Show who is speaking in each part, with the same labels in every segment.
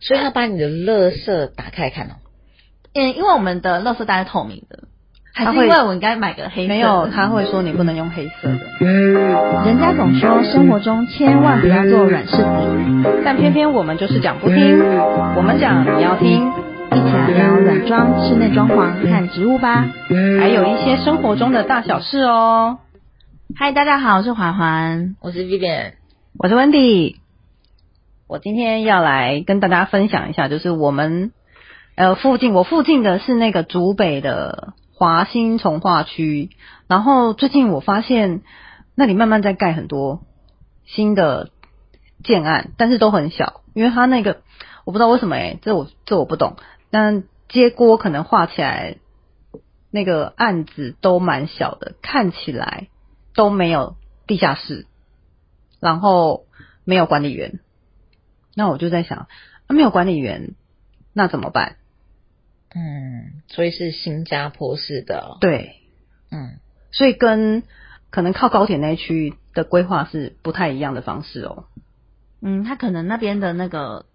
Speaker 1: 所以他把你的垃圾打开看哦。
Speaker 2: 嗯，因为我们的垃圾袋是透明的，还
Speaker 3: 它
Speaker 2: 是
Speaker 3: 会
Speaker 2: 因为我应该买个黑色的？
Speaker 3: 没有，他会说你不能用黑色的。嗯
Speaker 4: 人家总说生活中千万不要做软柿子，
Speaker 3: 但偏偏我们就是讲不听，我们讲你要听，
Speaker 4: 一起来聊软装、室内装潢和植物吧。
Speaker 3: 还有一些生活中的大小事哦。
Speaker 2: 嗨，大家好，我是环环。
Speaker 1: 我是 Vivian，
Speaker 3: 我是 Wendy，我今天要来跟大家分享一下，就是我们呃附近，我附近的是那个竹北的华兴从化区，然后最近我发现那里慢慢在盖很多新的建案，但是都很小，因为它那个我不知道为什么哎、这我这我不懂，但街郭可能画起来那个案子都蛮小的，看起来都没有地下室。然后没有管理员，那我就在想，啊、没有管理员，那怎么办？
Speaker 1: 嗯，所以是新加坡式的哦、
Speaker 3: 对，
Speaker 1: 嗯，
Speaker 3: 所以跟可能靠高铁那一区的规划是不太一样的方式哦。
Speaker 2: 嗯，他可能那边的那个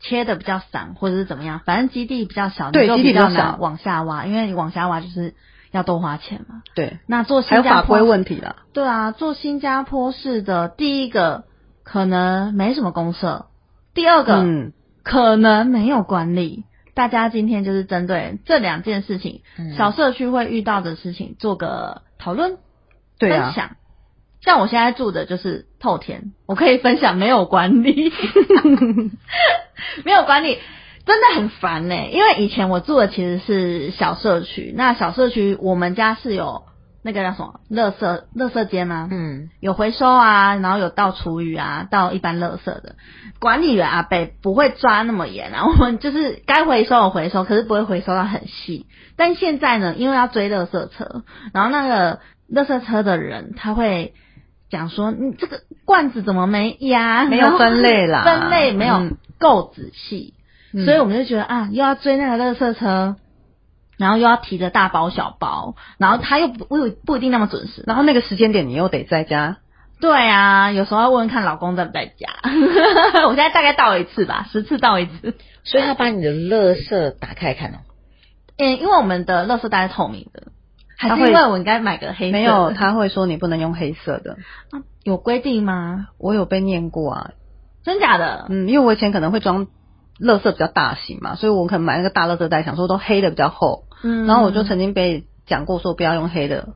Speaker 2: 切的比较散，或者是怎么样，反正基地比较小，你
Speaker 3: 对
Speaker 2: 就
Speaker 3: 基地
Speaker 2: 比
Speaker 3: 比较
Speaker 2: 较难
Speaker 3: 小
Speaker 2: 往下挖，因为你往下挖就是要多花钱嘛。
Speaker 3: 对，
Speaker 2: 那做
Speaker 3: 还有
Speaker 2: 新加
Speaker 3: 法
Speaker 2: 坡
Speaker 3: 规问题啦。
Speaker 2: 对啊，做新加坡式的第一个可能没什么公社，第二个、
Speaker 3: 嗯，
Speaker 2: 可能没有管理。大家今天就是针对这两件事情，
Speaker 1: 嗯
Speaker 2: 小社区会遇到的事情做个讨论、
Speaker 3: 对
Speaker 2: 分
Speaker 3: 啊，
Speaker 2: 享。像我现在住的就是透天，我可以分享没有 管理，没有管理真的很烦呢、因为以前我住的其实是小社区，那小社区我们家是有那个叫什么垃圾垃圾间吗？
Speaker 1: 嗯，
Speaker 2: 有回收啊，然后有倒厨余啊，倒一般垃圾的。管理员阿贝不会抓那么严啊，我 们就是该回收有回收，可是不会回收到很细。但现在呢，因为要追垃圾车，然后那个垃圾车的人他会讲说，你这个罐子怎么没压？
Speaker 3: 没有分类啦
Speaker 2: 然后分类没有
Speaker 3: 嗯
Speaker 2: 够仔细，
Speaker 3: 嗯
Speaker 2: 所以我们就觉得啊，又要追那个垃圾车。然后又要提着大包小包，然后他又不不不一定那么准时，
Speaker 3: 然后那个时间点你又得在家，
Speaker 2: 对啊，有时候要问问看老公在不在家。 我现在大概倒一次吧，十次倒一次。
Speaker 1: 所以他把你的垃圾打开看哦。
Speaker 2: 嗯，因为我们的垃圾袋是透明的，还
Speaker 3: 它
Speaker 2: 是
Speaker 3: 会
Speaker 2: 因为我应该买个黑色的？
Speaker 3: 没有他会说你不能用黑色的。
Speaker 2: 有规定吗？
Speaker 3: 我有被念过啊，
Speaker 2: 真假的？
Speaker 3: 嗯，因为我以前可能会装垃圾比较大型嘛，所以我可能买那个大垃圾袋，想说都黑的比较厚，
Speaker 2: 嗯
Speaker 3: 然后我就曾经被讲过说不要用黑的，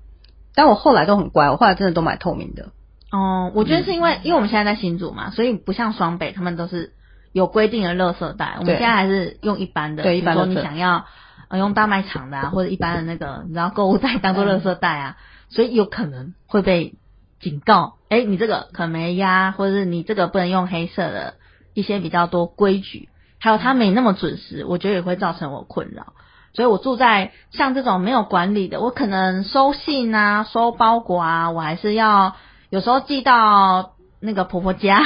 Speaker 3: 但我后来都很乖，我后来真的都买透明的。
Speaker 2: 哦，我觉得是因为、
Speaker 3: 嗯
Speaker 2: 因为我们现在在新竹嘛，所以不像双北他们都是有规定的垃圾袋，我们
Speaker 3: 对
Speaker 2: 现在还是用一般的，
Speaker 3: 对
Speaker 2: 比如
Speaker 3: 一般
Speaker 2: 说
Speaker 3: 垃圾
Speaker 2: 你想要、呃、用大卖场的 啊，或者一般的那个你知道购物袋当做
Speaker 3: 嗯
Speaker 2: 垃圾袋啊，所以有可能会被警告，哎，你这个可没压，或者是你这个不能用黑色的，一些比较多规矩，还有它没那么准时，我觉得也会造成我困扰。所以我住在像这种没有管理的，我可能收信啊、收包裹啊，我还是要有时候寄到那个婆婆家，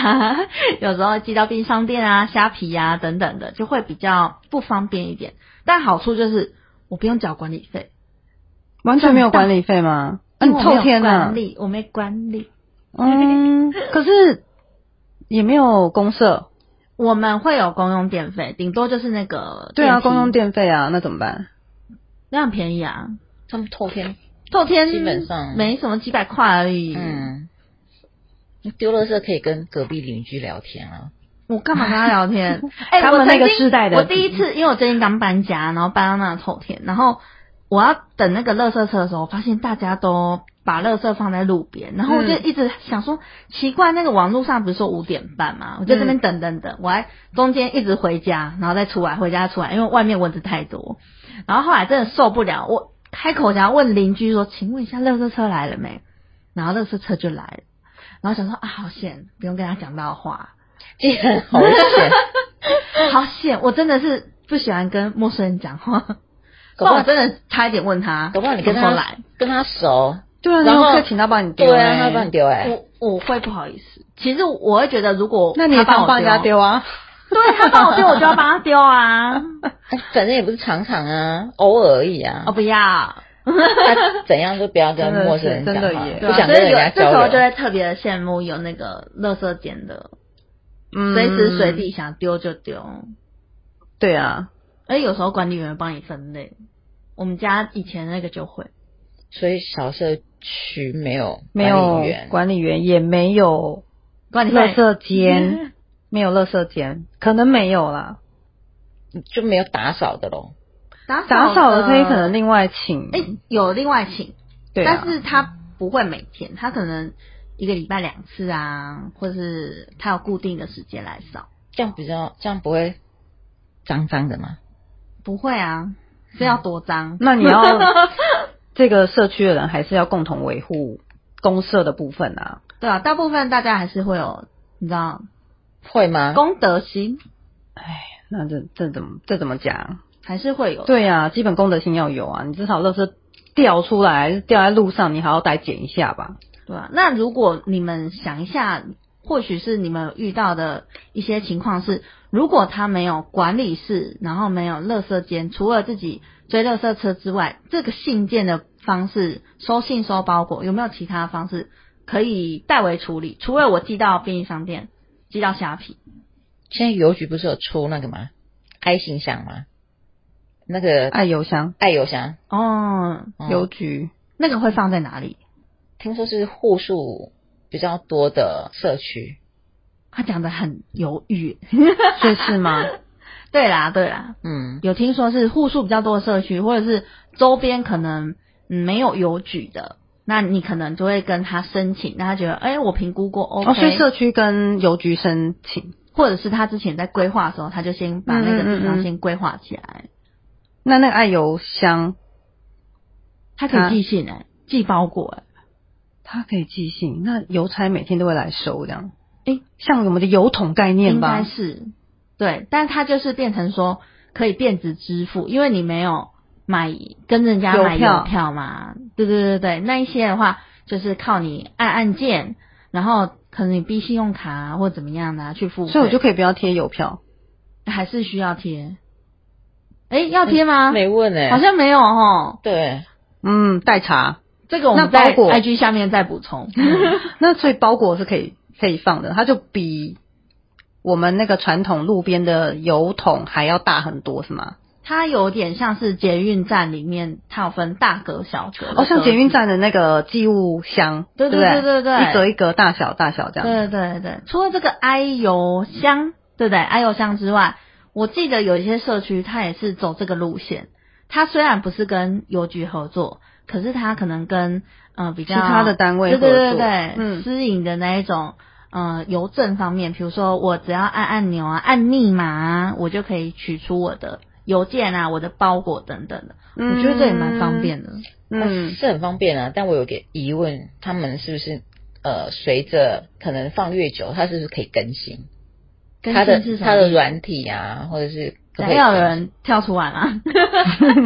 Speaker 2: 有时候寄到便利商店啊、虾皮啊等等的，就会比较不方便一点。但好处就是我不用缴管理费，
Speaker 3: 完全没有管理费吗？ 啊，你
Speaker 2: 因为我没
Speaker 3: 透
Speaker 2: 有
Speaker 3: 天啊
Speaker 2: 管？理我没管理。
Speaker 3: 嗯，可是也没有公社，
Speaker 2: 我们会有公用电费，顶多就是那个
Speaker 3: 对啊，
Speaker 2: 电梯
Speaker 3: 公用电费啊，那怎么办？
Speaker 2: 那很便宜啊，
Speaker 1: 他们透天，
Speaker 2: 透天
Speaker 1: 基本上
Speaker 2: 没什么几百块而已。
Speaker 1: 嗯，你丢垃圾可以跟隔壁邻居聊天啊。
Speaker 2: 我干嘛跟他聊天？ 哎、
Speaker 3: 他们
Speaker 2: 我曾经
Speaker 3: 那个世代的
Speaker 2: 我第一次，因为我最近刚搬家，然后搬到那个透天，然后我要等那个垃圾车的时候，我发现大家都把垃圾放在路边，然后我就
Speaker 3: 嗯
Speaker 2: 一直想说，奇怪，那个网络上不是说五点半
Speaker 3: 嗯
Speaker 2: 嘛，我就这边等等等，我还中间一直回家，然后再出来，回家再出来，因为外面蚊子太多，然后后来真的受不了，我开口想要问邻居说，请问一下，垃圾车来了没？然后垃圾车就来了，然后想说啊，好险，不用跟他讲到话。
Speaker 1: 竟然好险，
Speaker 2: 好险！我真的是不喜欢跟陌生人 讲话，
Speaker 1: 搞不
Speaker 2: 不然
Speaker 1: 好
Speaker 2: 我真的差一点问他，
Speaker 1: 搞不好你跟
Speaker 2: 什么
Speaker 1: 他
Speaker 2: 时候来，
Speaker 1: 跟他熟，
Speaker 3: 对啊，
Speaker 1: 然
Speaker 3: 然后
Speaker 1: 后
Speaker 3: 可以请他帮你丢、欸
Speaker 1: 对啊，他帮你。丢哎、
Speaker 2: 我我会不好意思。其实我会觉得，如果
Speaker 3: 那你也
Speaker 2: 他
Speaker 3: 帮
Speaker 2: 帮我
Speaker 3: 帮人家，丢啊？
Speaker 2: 对他帮我丢，我就要帮他 丢啊！
Speaker 1: 哎反正也不是常常啊，偶尔而已啊
Speaker 2: 哦我。不要，
Speaker 1: 他怎样都不要跟陌生人 讲
Speaker 3: 真的
Speaker 1: 话，
Speaker 3: 耶
Speaker 2: 对
Speaker 1: 不
Speaker 2: 啊
Speaker 1: 想
Speaker 2: 所
Speaker 1: 跟
Speaker 2: 以
Speaker 1: 人
Speaker 2: 有
Speaker 1: 家
Speaker 2: 这时
Speaker 1: 交
Speaker 2: 候就
Speaker 1: 流。
Speaker 2: 会特别的羡慕有那个垃圾间的，
Speaker 3: 嗯
Speaker 2: 随时随。地想丢就丢。
Speaker 3: 对啊，
Speaker 2: 而有时候管理员帮你分类，我们家以前那个就会，
Speaker 1: 所以小社区没有
Speaker 3: 没有
Speaker 1: 管理员，
Speaker 3: 管理员，也没有
Speaker 2: 管理
Speaker 3: 垃
Speaker 2: 费
Speaker 3: 圾 间，没有垃圾间，可能没有啦。
Speaker 1: 就没有打扫的咯。
Speaker 2: 打
Speaker 3: 打扫的可以可能
Speaker 2: 另
Speaker 3: 另外请，
Speaker 2: 哎、有另外请，
Speaker 3: 对啊，
Speaker 2: 但是他不会每天，他可能一个礼拜两次啊，或是他有固定的时间来扫，
Speaker 1: 这样比较这样不会脏脏的吗？
Speaker 2: 不会啊，是要多脏，
Speaker 3: 嗯那你要这个社区的人还是要共同维护公社的部分啊。
Speaker 2: 对啊，大部分大家还是会有，你知道
Speaker 1: 会吗？
Speaker 2: 公德心
Speaker 3: 哎，那这这怎么这怎么讲？
Speaker 2: 还是会有，
Speaker 3: 对啊，基本公德心要有啊，你至少垃圾掉出来掉在路上，你好歹捡一下吧。
Speaker 2: 对啊，那如果你们想一下，或许是你们遇到的一些情况是，如果他没有管理室，然后没有垃圾间，除了自己追垃圾车之外，这个信件的方式收信收包裹有没有其他方式可以代为处理？除了我寄到便利商店，寄到虾皮，
Speaker 1: 现在邮局不是有出那个吗？i 信箱吗？那个
Speaker 3: 爱啊邮箱、
Speaker 1: 爱邮箱，
Speaker 2: 哦，
Speaker 1: 嗯
Speaker 3: 邮局，
Speaker 2: 那个会放在哪里？
Speaker 1: 听说是户数比较多的社区，
Speaker 2: 他讲的很犹豫。
Speaker 3: 这是吗？
Speaker 2: 对啦，对啦，
Speaker 1: 嗯，
Speaker 2: 有听说是户数比较多的社区，或者是周边可能嗯没有邮局的，那你可能就会跟他申请，那他觉得哎、我评估过 OK，、
Speaker 3: 哦，所以社区跟邮局申请。
Speaker 2: 或者是他之前在规划的时候，他就先把那个地
Speaker 3: 嗯嗯嗯
Speaker 2: 方
Speaker 3: 嗯
Speaker 2: 先规划起来，
Speaker 3: 那那个爱邮箱，
Speaker 2: 他可
Speaker 3: 啊
Speaker 2: 以寄信哎、寄包裹哎、
Speaker 3: 它可以寄信，那邮差每天都会来收这样。
Speaker 2: 诶
Speaker 3: 像我们的邮筒概念
Speaker 2: 应该
Speaker 3: 吧，
Speaker 2: 是对，但他就是变成说可以电子支付，因为你没有买跟人家
Speaker 3: 邮
Speaker 2: 买
Speaker 3: 票
Speaker 2: 邮票嘛，对对对对，那一些的话就是靠你按按键，然后可能你逼信用卡、啊、或怎么样的、啊、去付费，
Speaker 3: 所以我就可以不要贴邮票。
Speaker 2: 还是需要贴。哎，要贴吗？
Speaker 1: 没问哎、
Speaker 2: 好像没有哦。
Speaker 1: 对，
Speaker 3: 嗯，代查。
Speaker 2: 这个我们
Speaker 3: 那包
Speaker 2: 在
Speaker 3: 裹
Speaker 2: IG 下面再 补充。
Speaker 3: 那所以包裹是可以可以放的，它就比我们那个传统路边的油桶还要大很多，是吗？
Speaker 2: 它有点像是捷运站里面，它有分大格小格。
Speaker 3: 哦，像捷运。站的那个寄物箱，
Speaker 2: 对
Speaker 3: 对
Speaker 2: 对
Speaker 3: 不
Speaker 2: 对对对
Speaker 3: 一格一格大小大小这样。
Speaker 2: 对对对，除了这个 i 邮箱，对不对？i 邮箱之外，我记得有一些社区它也是走这个路线。它虽然不是跟邮局合作，可是它可能跟呃比较
Speaker 3: 其他的单位
Speaker 2: 对对对
Speaker 3: 合作
Speaker 2: 对，
Speaker 3: 嗯
Speaker 2: 私营的那一种呃邮政方面，比如说我只要按按钮啊、按密码啊，我就可以取出我的邮件啊、我的包裹等等的。
Speaker 3: 嗯
Speaker 2: 我觉得这也蛮方。便的。
Speaker 3: 嗯，
Speaker 1: 是很方便啊。但我有个疑问，他们是不是呃，随着可能放越久，它是不是可以更新
Speaker 2: 更
Speaker 1: 它
Speaker 2: 新是
Speaker 1: 的
Speaker 2: 什
Speaker 1: 它的
Speaker 2: 么？
Speaker 1: 软体啊，或者是可不可
Speaker 2: 还
Speaker 1: 以
Speaker 2: 哎要有
Speaker 1: 更新
Speaker 2: 人跳出来吗？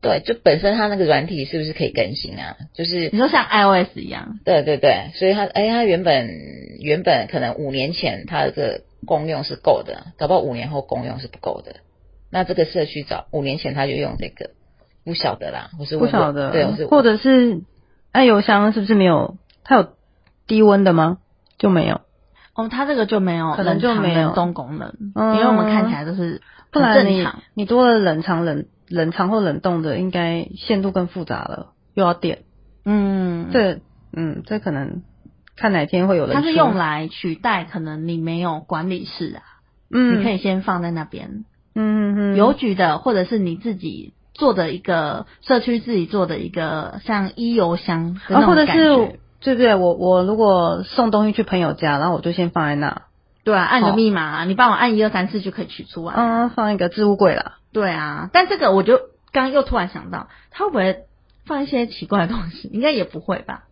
Speaker 1: 对，就本身它那个软体是不是可以更新啊？就是
Speaker 2: 你说像 iOS 一样，
Speaker 1: 对对对，所以它哎，它原本原本可能五年前它的这个功用是够的，搞不好五年后功用是不够的。那这个社区早五年前他就用这个，不晓得啦，我是
Speaker 3: 不
Speaker 1: 问
Speaker 3: 晓
Speaker 1: 对，我
Speaker 3: 得
Speaker 1: 是，
Speaker 3: 或者是哎，邮箱是不是没有？它有低温的吗？就没有。
Speaker 2: 哦，它这个就没有
Speaker 3: 可能就
Speaker 2: 冷藏
Speaker 3: 没有
Speaker 2: 冷冻功能，
Speaker 3: 嗯
Speaker 2: 因为我们看起来就是
Speaker 3: 不
Speaker 2: 很
Speaker 3: 然
Speaker 2: 正
Speaker 3: 你
Speaker 2: 常。
Speaker 3: 你多了冷藏冷冷藏或冷冻的，应该限度更复杂了，又要电。
Speaker 2: 嗯，，
Speaker 3: 这嗯，这可能看哪天会有人
Speaker 2: 它
Speaker 3: 说。
Speaker 2: 是用来取代可能你没有管理室啊，
Speaker 3: 嗯，
Speaker 2: 你可以先放在那边，
Speaker 3: 嗯嗯嗯
Speaker 2: 邮局的或者是你自己做的一个社区自己做的一个像一邮箱的那
Speaker 3: 啊，
Speaker 2: 种
Speaker 3: 或者
Speaker 2: 感觉
Speaker 3: 是对对，我我如果送东西去朋友家，然后我就先放在那，
Speaker 2: 对啊，按个
Speaker 3: 哦
Speaker 2: 密码啊，你帮我按一二三四就可以取出来。
Speaker 3: 嗯，放一个置物柜啦。
Speaker 2: 对啊，但这个我就刚刚又突然想到，他会不会放一些奇怪的东西？应该也不会吧？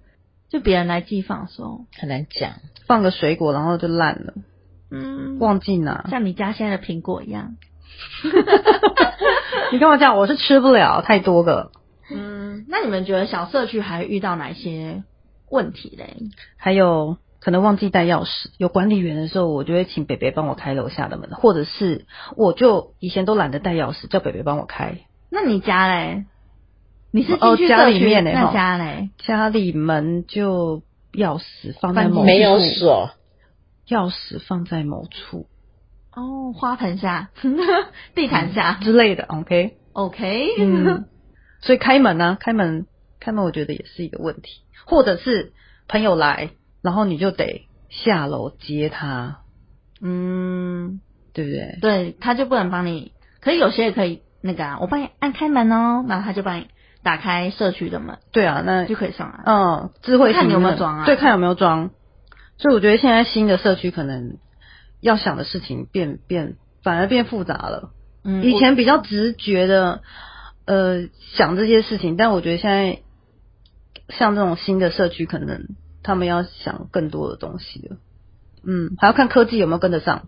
Speaker 2: 就别人来寄放的时候，
Speaker 1: 很难讲。
Speaker 3: 放个水果，然后就烂了，
Speaker 2: 嗯，
Speaker 3: 忘记拿。
Speaker 2: 像你家现在的苹果一样。
Speaker 3: 你跟我讲，我是吃不了太多个。
Speaker 2: 嗯，那你们觉得小社区还遇到哪些问题嘞？
Speaker 3: 还有可能忘记带钥匙，有管理员的时候，我就会请北北帮我开楼下的门，或者是我就以前都懒得带钥匙，叫北北帮我开
Speaker 2: 那你家嘞？你是
Speaker 3: 哦
Speaker 2: 进去
Speaker 3: 家
Speaker 2: 社
Speaker 3: 里
Speaker 2: 区、
Speaker 3: 面嘞
Speaker 2: 那
Speaker 3: 吼
Speaker 2: 家嘞？
Speaker 3: 家里门就钥匙放在
Speaker 2: 放
Speaker 3: 某
Speaker 2: 进
Speaker 1: 没有
Speaker 3: 处
Speaker 1: 锁，
Speaker 3: 钥匙放在某处，
Speaker 2: 哦，花盆下、 地毯下
Speaker 3: 之类的，OK，
Speaker 2: ，OK，
Speaker 3: 嗯，所以开门呢、开门，开门，我觉得也是一个问题，或者是朋友来，然后你就得下楼接他，
Speaker 2: 嗯，
Speaker 3: 对不对？
Speaker 2: 对，他就不能帮你，可是有些也可以那个啊，我帮你按开门哦，然后他就帮你打开社区的门，
Speaker 3: 对啊，那
Speaker 2: 就可以上来。
Speaker 3: 嗯，智慧型
Speaker 2: 看你有没有
Speaker 3: 的
Speaker 2: 装啊
Speaker 3: 对，看有没有装。所以我觉得现在新的社区可能要想的事情变变反而变复杂了。
Speaker 2: 嗯，
Speaker 3: 以前比较直觉的，呃，想这些事情，但我觉得现在像这种新的社区，可能他们要想更多的东西了。嗯，还要看科技有没有跟得上。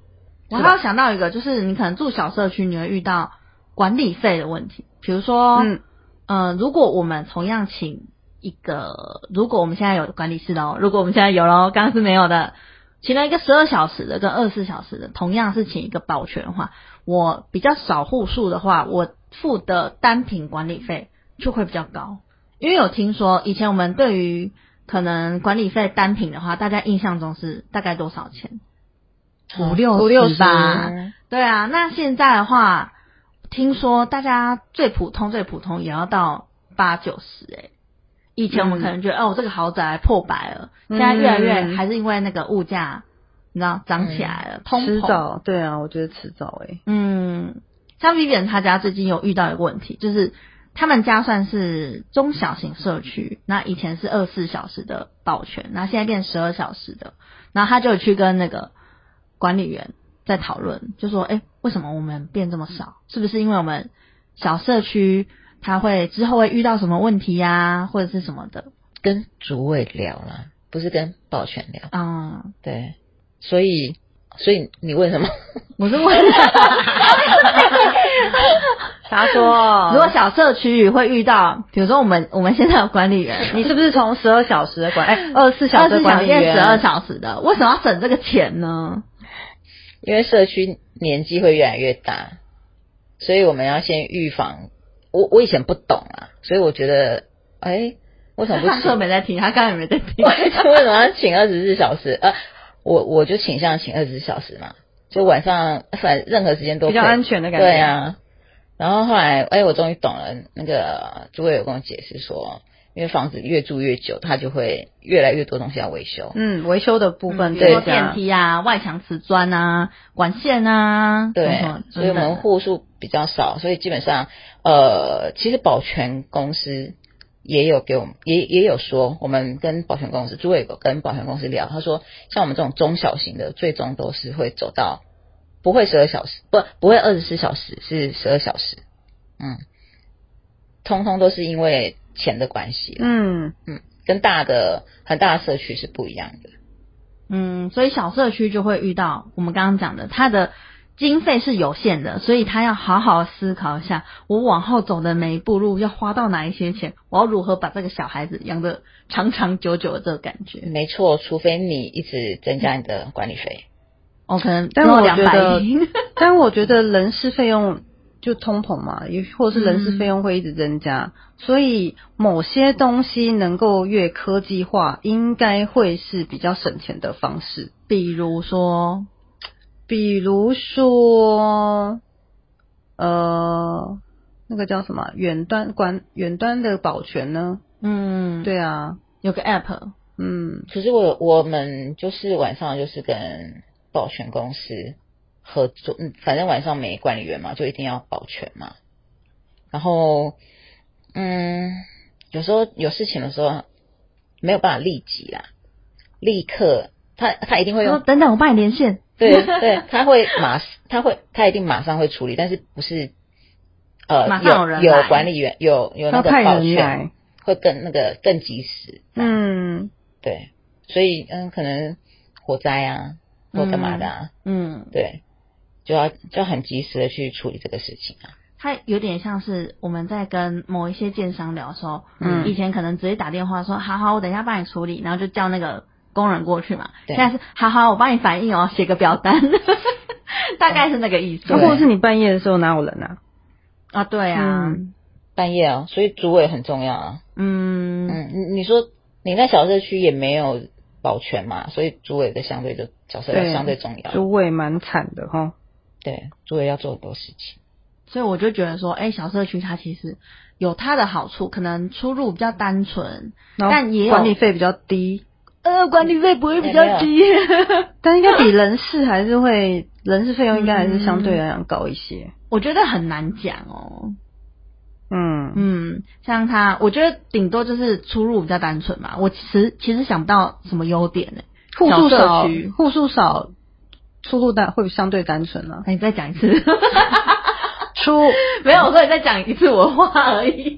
Speaker 2: 我
Speaker 3: 是
Speaker 2: 还有想到一个，就是你可能住小社区，你会遇到管理费的问题。比如说，
Speaker 3: 嗯，
Speaker 2: 呃，如果我们同样请一个，如果我们现在有管理室喽，如果我们现在有喽，刚刚是没有的，请了一个十二小时的跟二十四小时的，同样是请一个保全的话，我比较少户数的话，我付的单品管理费就会比较高，因为有听说以前我们对于可能管理费单品的话，大家印象中是大概多少钱？五六
Speaker 3: 五六
Speaker 2: 十
Speaker 3: 十
Speaker 2: 吧，
Speaker 1: 嗯
Speaker 2: 对啊，那现在的话，听说大家最普通最普通也要到八九十哎。以前我们可能觉得、哦，这个豪宅破百了，现在越来越、
Speaker 3: 嗯
Speaker 2: 还是因为那个物价，你知道涨起来了，通
Speaker 3: 迟
Speaker 2: 膨。
Speaker 3: 早，对啊，我觉得迟早 哎、
Speaker 2: 嗯，像 Vivian 他家最近有遇到一个问题，就是他们家算是中小型社区，那以前是二十四小时的保全，那现在变十二小时的，然后他就有去跟那个管理员在讨论，就说，哎、为什么我们变这么少？是不是因为我们小社区他会之后会遇到什么问题呀、或者是什么的？
Speaker 1: 跟主委聊啦，不是跟保全聊。
Speaker 2: 嗯，
Speaker 1: 对，所以所以你问什么？
Speaker 2: 我是问。
Speaker 3: 他说
Speaker 2: 如果小社区会遇到，比如说我们我们现在有管理员，
Speaker 3: 你是不是从十二小时的管，哎、二十四小
Speaker 2: 二
Speaker 3: 时
Speaker 2: 十
Speaker 3: 的
Speaker 2: 小
Speaker 3: 管
Speaker 2: 时
Speaker 3: 理
Speaker 2: 变
Speaker 3: 员，
Speaker 2: 十二小时的，为什么要省这个钱呢？
Speaker 1: 因为社区年纪会越来越大，所以我们要先预防。我我以前不懂啊，所以我觉得，哎，为什么
Speaker 2: 他
Speaker 1: 不
Speaker 2: 上课
Speaker 1: 请？。
Speaker 2: 没在听，他刚才也没在
Speaker 3: 嗯
Speaker 2: 听
Speaker 1: 为什么要请二十四小时？呃，我我就倾向请二十四小时嘛，就晚上反正任何时间都
Speaker 3: 比较
Speaker 1: 可以
Speaker 3: 安全的感觉。
Speaker 1: 对啊，然后后来，哎，我终于懂了。那个主委有跟我解释说，因为房子越住越久，它就会越来越多东西要维修。
Speaker 3: 嗯，维修的部分
Speaker 2: 比
Speaker 1: 对
Speaker 2: 如
Speaker 3: 对
Speaker 2: 说电梯啊、外墙瓷砖啊、管线啊，
Speaker 1: 对
Speaker 2: 什么，
Speaker 1: 所以我们户数比较少，所以基本上，呃，其实保全公司也有给我们，也也有说，我们跟保全公司，朱伟有跟保全公司聊，他说，像我们这种中小型的，最终都是会走到不会十二小时，不不会二十四小时，是十二小时，嗯，通通都是因为钱的关系，
Speaker 3: 嗯，
Speaker 1: 跟大的很大的社区是不一样的，
Speaker 2: 嗯，所以小社区就会遇到我们刚刚讲的，它的经费是有限的，所以他要好好思考一下，我往后走的每一步路要花到哪一些钱，我要如何把这个小孩子养得长长久久的这个感觉。
Speaker 1: 没错，除非你一直增加你的管理费，
Speaker 2: 哦，可能
Speaker 3: 但我
Speaker 2: 两
Speaker 3: 觉
Speaker 2: 百
Speaker 3: 得
Speaker 2: 亿。
Speaker 3: 但我觉得人事费用就通膨嘛，也或是人
Speaker 2: 嗯
Speaker 3: 事费用会一直增加，所以某些东西能够越科技化，应该会是比较省钱的方式。
Speaker 2: 比如说，
Speaker 3: 比如说，呃，那个叫什么远端管远端的保全呢？
Speaker 2: 嗯，，
Speaker 3: 对啊，
Speaker 2: 有个 app，
Speaker 3: 嗯，
Speaker 1: 可是我我们就是晚上就是跟保全公司合作，嗯，反正晚上没管理员嘛，就一定要保全嘛。然后，嗯，有时候有事情的时候没有办法立即啦，立刻他他一定会
Speaker 2: 说
Speaker 1: 用，
Speaker 2: 等等，我帮你连线。
Speaker 1: 对对，他会马他会他一定马上会处理，但是不是呃
Speaker 2: 马上有人
Speaker 1: 有
Speaker 2: 来
Speaker 1: 管理员有有那
Speaker 3: 要
Speaker 1: 个
Speaker 3: 派
Speaker 1: 保
Speaker 3: 人
Speaker 1: 全
Speaker 3: 来，
Speaker 1: 会更那个更及时，嗯。
Speaker 3: 嗯，
Speaker 1: 对，所以嗯，可能火灾啊或干嘛的啊，
Speaker 2: 嗯，
Speaker 1: 对，就要就要很及时的去处理这个事情啊。
Speaker 2: 它有点像是我们在跟某一些建商聊的时候，
Speaker 3: 嗯
Speaker 2: 以前可能直接打电话说，好好，我等一下帮你处理，然后就叫那个工人过去嘛。
Speaker 1: 对
Speaker 2: 现在是好好，我帮你反映哦，写个表单， 大概是那个意思。
Speaker 3: 那或者是你半夜的时候哪有人啊？
Speaker 2: 啊，对啊，
Speaker 3: 嗯
Speaker 1: 半夜啊，所以主委很重要啊。
Speaker 2: 嗯
Speaker 1: 嗯，你你说你在小社区也没有保全嘛，所以主委的相对就角色
Speaker 3: 对
Speaker 1: 相对重要。
Speaker 3: 主委蛮惨的哈。
Speaker 1: 对，作业要做很多事情。
Speaker 2: 所以我就觉得说，哎、小社区它其实有它的好处，可能出入比较单纯，
Speaker 3: 然后
Speaker 2: 但也有
Speaker 3: 哦管理费比较低，
Speaker 2: 呃，管理费不会比较低，
Speaker 3: 但应该比人事还是会，人事费用应该还是相对来讲高一些。
Speaker 2: 我觉得很难讲哦。
Speaker 3: 嗯，
Speaker 2: 嗯，像他，我觉得顶多就是出入比较单纯嘛。我其实其实想不到什么优点呢、
Speaker 3: 户数
Speaker 2: 小社
Speaker 3: 少
Speaker 2: 区，
Speaker 3: 户数少，出入单会相对单纯 啊。
Speaker 2: 那哎你再讲一次，
Speaker 3: 出
Speaker 2: 没有，我说你再讲一次我的话而已。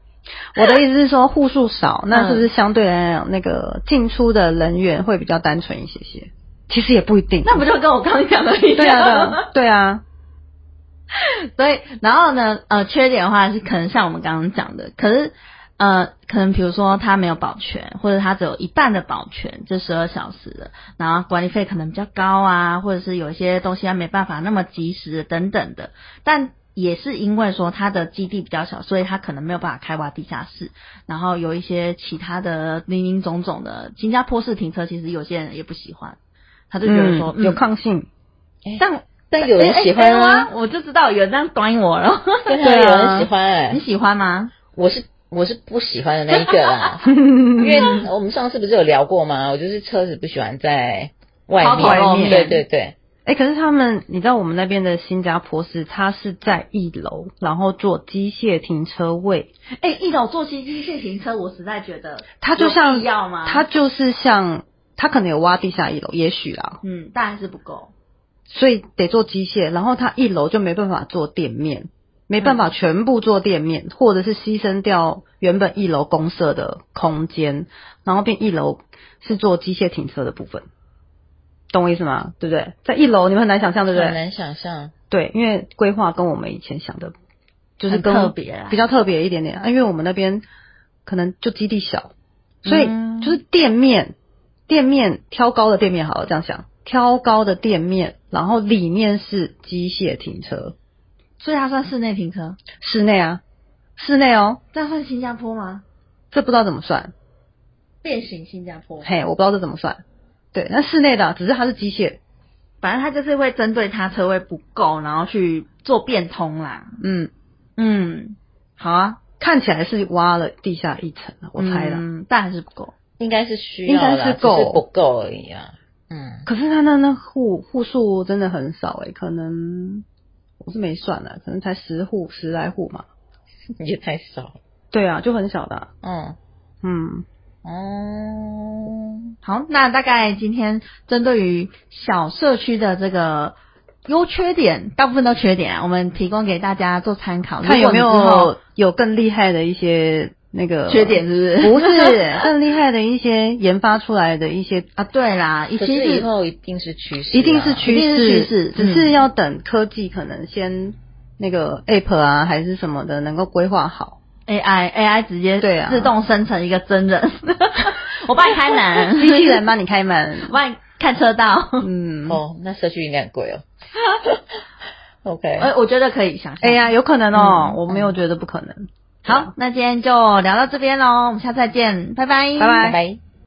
Speaker 3: 我的意思是说户数
Speaker 2: 嗯
Speaker 3: 少，那是不是相对来讲那个进出的人员会比较单纯一些些？其实也不一定。
Speaker 2: 那不就跟我刚讲的一样？
Speaker 3: 对啊，对 啊，对啊，
Speaker 2: 所以，然后呢，呃，缺点的话是可能像我们刚刚讲的，可是呃，可能比如说他没有保全，或者他只有一半的保全，这十二小时的，然后管理费可能比较高啊，或者是有一些东西他没办法那么及时等等的，但。也是因为说他的基地比较小，所以他可能没有办法开挖地下室，然后有一些其他的零零总总的新加坡式停车，其实有些人也不喜欢，他就觉得说、
Speaker 3: 嗯有抗性，
Speaker 2: 但
Speaker 1: 但有人喜欢
Speaker 2: 啊
Speaker 1: 啊，
Speaker 2: 我就知道有人这样端我了。
Speaker 1: 但是
Speaker 3: 对啊
Speaker 1: 有人喜欢哎、
Speaker 2: 你喜欢吗？
Speaker 1: 我是我是不喜欢的那一个 啦，因为我们上次不是有聊过吗？我就是车子不喜欢在外
Speaker 2: 抛
Speaker 1: 面，
Speaker 2: 头露面
Speaker 1: 对对对，
Speaker 3: 哎、可是他们，你知道我们那边的新加坡是，它是在一楼，然后做机械停车位，
Speaker 2: 哎、一楼坐机机械停车，我实在觉得
Speaker 3: 它就
Speaker 2: 有
Speaker 3: 像
Speaker 2: 必要吗？
Speaker 3: 它就是像它可能有挖地下一楼，也许啦，
Speaker 2: 嗯，但还是不够。
Speaker 3: 所以得做机械，然后它一楼就没办法做店面，没办法
Speaker 2: 嗯
Speaker 3: 全部做店面，或者是牺牲掉原本一楼公社的空间，然后变一楼是做机械停车的部分，懂我意思吗？对不对？在一楼你们很难想象，对不对？
Speaker 1: 很难想象。
Speaker 3: 对，因为规划跟我们以前想的，就是
Speaker 2: 很
Speaker 3: 跟
Speaker 2: 特别啊啦
Speaker 3: 比较特别一点点啊。因为我们那边可能就基地小，所以
Speaker 2: 嗯
Speaker 3: 就是店面，店面挑高的店面好了，这样想，挑高的店面，然后里面是机械停车，
Speaker 2: 所以它算室内停车，
Speaker 3: 室内啊，室内哦，
Speaker 2: 这样算新加坡吗？
Speaker 3: 这不知道怎么算，
Speaker 2: 变形新加坡，
Speaker 3: 嘿，我不知道这怎么算。对，那室内的啊只是它是机械，
Speaker 2: 反正它就是会针对它车位不够，然后去做变通啦。
Speaker 3: 嗯，
Speaker 2: 嗯，好啊，
Speaker 3: 看起来是挖了地下一层啊，我猜的。
Speaker 2: 嗯，但还是不够。
Speaker 1: 应该是需要啦，
Speaker 3: 应该是
Speaker 1: 只
Speaker 3: 够
Speaker 1: 不够而已啊。嗯，
Speaker 3: 可是他那那户户数真的很少诶、欸可能我是没算了，可能才十户十来户嘛。嗯
Speaker 1: 也太少了。
Speaker 3: 对啊，就很小的啊、
Speaker 1: 嗯，
Speaker 3: 嗯，
Speaker 1: 哦，
Speaker 2: 好，那大概今天针对于小社区的这个优缺点，大部分都缺点啊，我们提供给大家做参考。
Speaker 3: 看有没
Speaker 2: 如果你之后
Speaker 3: 有有更厉害的一些那个
Speaker 2: 缺点，是不是？
Speaker 3: 不是 更厉害的一些研发出来的一些，
Speaker 2: 啊，对啦，以
Speaker 1: 可
Speaker 2: 其
Speaker 1: 是以
Speaker 2: 实
Speaker 1: 后一定是趋势啊，
Speaker 3: 一定是趋
Speaker 2: 一定是
Speaker 3: 势，
Speaker 2: 趋势
Speaker 3: 只是
Speaker 2: 嗯
Speaker 3: 要等科技可能先那个 app 啊还是什么的能够规划好，
Speaker 2: AI AI 直接
Speaker 3: 对啊
Speaker 2: 自动生成一个真 人，我帮你开
Speaker 3: 机器
Speaker 2: 门，
Speaker 3: 人帮你开门
Speaker 2: 我。帮你看车 道。
Speaker 3: 嗯，
Speaker 1: 哦，那社区应该很贵 哦。OK，
Speaker 2: 呃，我觉得可以想象。
Speaker 3: 哎呀，有可能哦，
Speaker 2: 嗯
Speaker 3: 我没有觉得不可能。
Speaker 2: 好，那今天就聊到这边喽，我们下次再见，拜拜，
Speaker 3: 拜
Speaker 1: 拜
Speaker 3: 拜
Speaker 1: 拜。